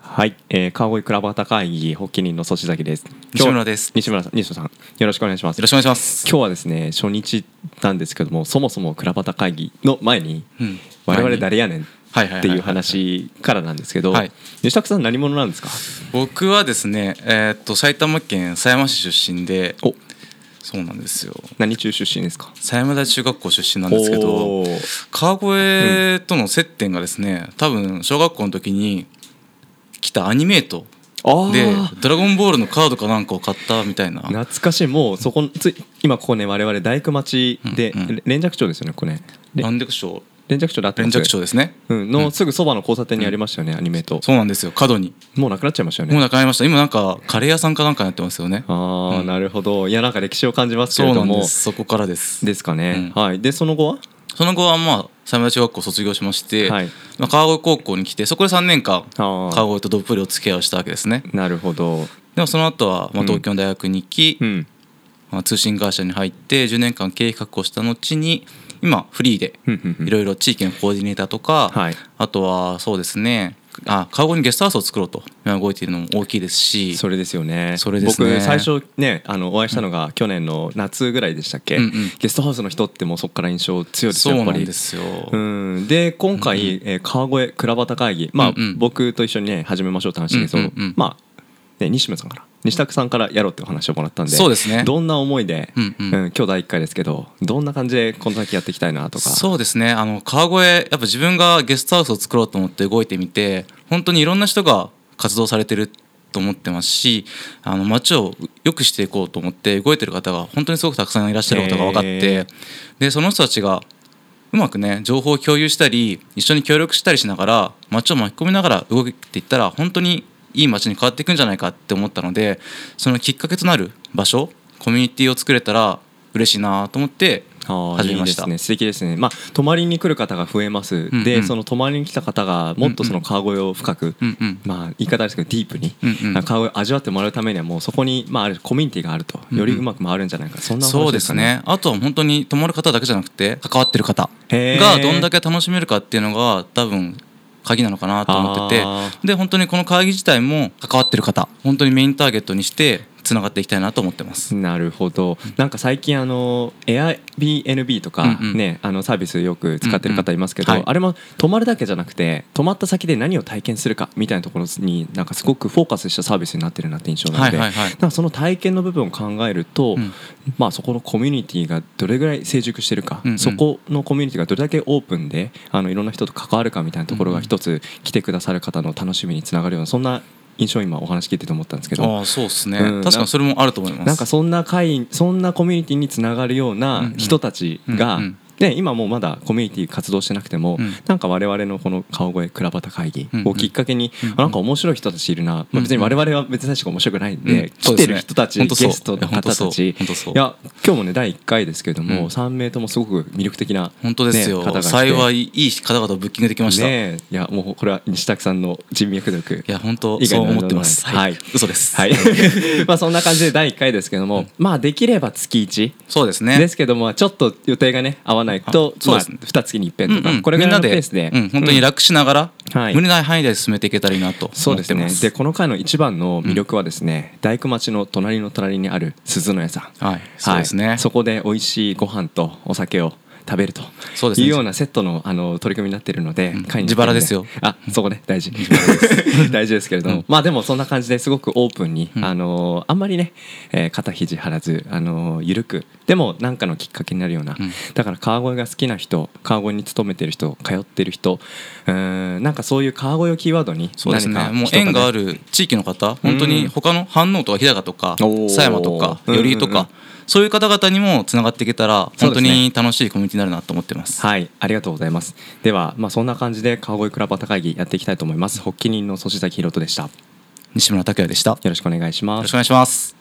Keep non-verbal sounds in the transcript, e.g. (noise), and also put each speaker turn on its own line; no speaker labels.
はい、えー、川越倉畑会議発起人の粗崎です。今日
西村です。よ
西村さん、西村さん、よろしくお願いします。
ろしくお願いします。
今日はですね、初日なんですけども、そもそも倉畑会議の前に、
うん
我々誰やねん
はいはいはいはいはい
っていう話からなんですけど
はい、
吉田さん何者なんですか。
僕はですね、えーっと埼玉県狭山市出身で、
お、
そうなんですよ。
何中出身ですか。
狭山台中学校出身なんですけど
お、ー、
川越との接点がですね、多分小学校の時に来たアニメート
あ
で
ー
ドラゴンボールのカードかなんかを買ったみたいな。
懐かしいもうそこつい今ここね我々大工町で、
うんうん
連雀町ですよねここねれ
なんでかしょ
連雀町であっ
う。
て
連
ます
着町ですね。
うん、のすぐそばの交差点にありましたよね、アニメと
そうなんですよ。角に。
もうなくなっちゃいましたよ
もう
ね
なくなりました。今なんかカレー屋さんかなんかやってますよね。
ああ、
うん
なるほどいやなんか歴史を感じますけ
そ
れ
うな
ど
んで
も
す。そこからです。
ですかね、
う
はいでその後は
その後はまあ三田中学校を卒業しまして、
はい
まあ、川越高校に来てそこで3年間
あー
川越とどっぷりお付き合いをしたわけですね
なるほど
でもその後はま
う
あ
ん
東京の大学に行き、
うん
まあ、通信会社に入って10年間経営確保した後に今フリーで
うんうんうん
いろいろ地域のコーディネーターとか、
はい
あとはそうですねあ川越にゲストハウスを作ろうと今動いているのも大きいですし
それですよね
それですね
僕最初ねあのお会いしたのが去年の夏ぐらいでしたっけ、
うんうん
ゲストハウスの人ってもうそこから印象強いです
そ
よ
う
やっ
な
ぱ
ん
り
ですよ、
うん、で今回、えー川越倉端会議、まあ
うんうん
僕と一緒にね始めましょうって話ですけど、
うんうんうん
まあ、ね、西村さんから西拓さんからやろうってお話をもらったんで
そうですね
どんな思いで、
うんうん
今日第1回ですけどどんな感じでこの先やっていきたいなとか
そうですねあの川越やっぱ自分がゲストハウスを作ろうと思って動いてみて本当にいろんな人が活動されてると思ってますしあの街を良くしていこうと思って動いてる方が本当にすごくたくさんいらっしゃることが分かっ
へ
てでその人たちがうまくね情報を共有したり一緒に協力したりしながら街を巻き込みながら動いていったら本当にいい街に変わっていくんじゃないかって思ったのでそのきっかけとなる場所コミュニティを作れたら嬉しいなと思って
ああ
始めました
いいですね素敵ですねまあ泊まりに来る方が増えます、
うん
でその泊まりに来た方がもっとその川越を深く、
うんうん
まあ、言い方ですけどディープに、
うんうん
川越を味わってもらうためにはもうそこに、まあ、あるコミュニティがあるとよりうまく回るんじゃないか、そんなお話
そうです
かね
ねあとは本当に泊まる方だけじゃなくて関わってる方
へー
がどんだけ楽しめるかっていうのが多分鍵なのかなと思ってて
あ
で本当にこの会議自体も関わってる方本当にメインターゲットにしてつながっていきたいなと思ってます。
なるほどなんか最近あの Airbnb とか
うんうん
ね、あのサービスよく使ってる方いますけど、
うんうんはい
あれも泊まるだけじゃなくて泊まった先で何を体験するかみたいなところになんかすごくフォーカスしたサービスになってるなって印象なので、
はいはいはい
なんかその体験の部分を考えると、
うん
まあ、そこのコミュニティがどれぐらい成熟してるか、
うんうん
そこのコミュニティがどれだけオープンであのいろんな人と関わるかみたいなところが一つ来てくださる方の楽しみにつながるようなそんな印象を今お話聞いてて思ったんですけど。
ああそうですね、
うん
確かにそれもあると思います。
なんかそんな会そんなコミュニティにつながるよう
うん
な
うん
人たちが、
うんうん
ね、今もうまだコミュニティ活動してなくても、
うん
なんか我々のこの川越倉端会議
うんう
を
ん
きっかけに、
うんうん
あなんか面白い人たちいるな、まあ、別に我々は別に大して面白くないんで、
うんそ
来
うで
て
すね
る人たち、
ほん
ゲ
とそう
ストの方た
ほんとそう
ちい
ほんとそう
や今日もね第1回ですけれども、
うん
3名ともすごく魅力的な、ね、
本当ですよ、
方が来て
幸いいい方々をブッキングできました。
ねえいやもうこれは西拓さんの人脈力
いや本当
以
そ
外
う
の
思ってます。
ものはない
嘘です。
はい (laughs) まあそんな感じで第1回ですけども、まあできれば月1
そうですね。
ですけどもちょっと予定がね合わないと
あそうですね
まあ、2月に一遍とか、
うんうん
これぐらいの
みん
ペ
な
ースで、
うん、本当に
うん
楽しながら、
はい
無理ない範囲で進めていけたらいいなと思ってます。
そうですねでこの回の一番の魅力はですね、大工町の隣の隣にある鈴の屋さん
はい、そうですね。
はいそこで美味しいご飯とお酒を食べると
そうですね
いうようなセットのあの取り組みになっているので、
ん
会に
自腹ですよ
あそこね大事 (laughs) 大事ですけれども、まあでもそんな感じですごくオープンに、
うん
あのあんまりね、えー肩肘張らずあの緩くでも何かのきっかけになるような、
うん
だから川越が好きな人川越に勤めてる人通ってる人うーんなんかそういう川越をキーワードに
そうです
何
ね
か
もう
人
縁があ
ね
る地域の方本当に他の反応とか日高とか
おー
狭山とか
うんうん
寄
うん
居とかそういう方々にもつながっていけたら
そうで
本当
すね
に楽しいコミュニティになるなと思ってます。
はい、ありがとうございます。では、まあ、そんな感じで川越クラバタ会議やっていきたいと思います。発起人の粗崎ひろとでした。よ
西村拓也でしたよ
ろしくお願いしま
ろ
す
しくお。願いします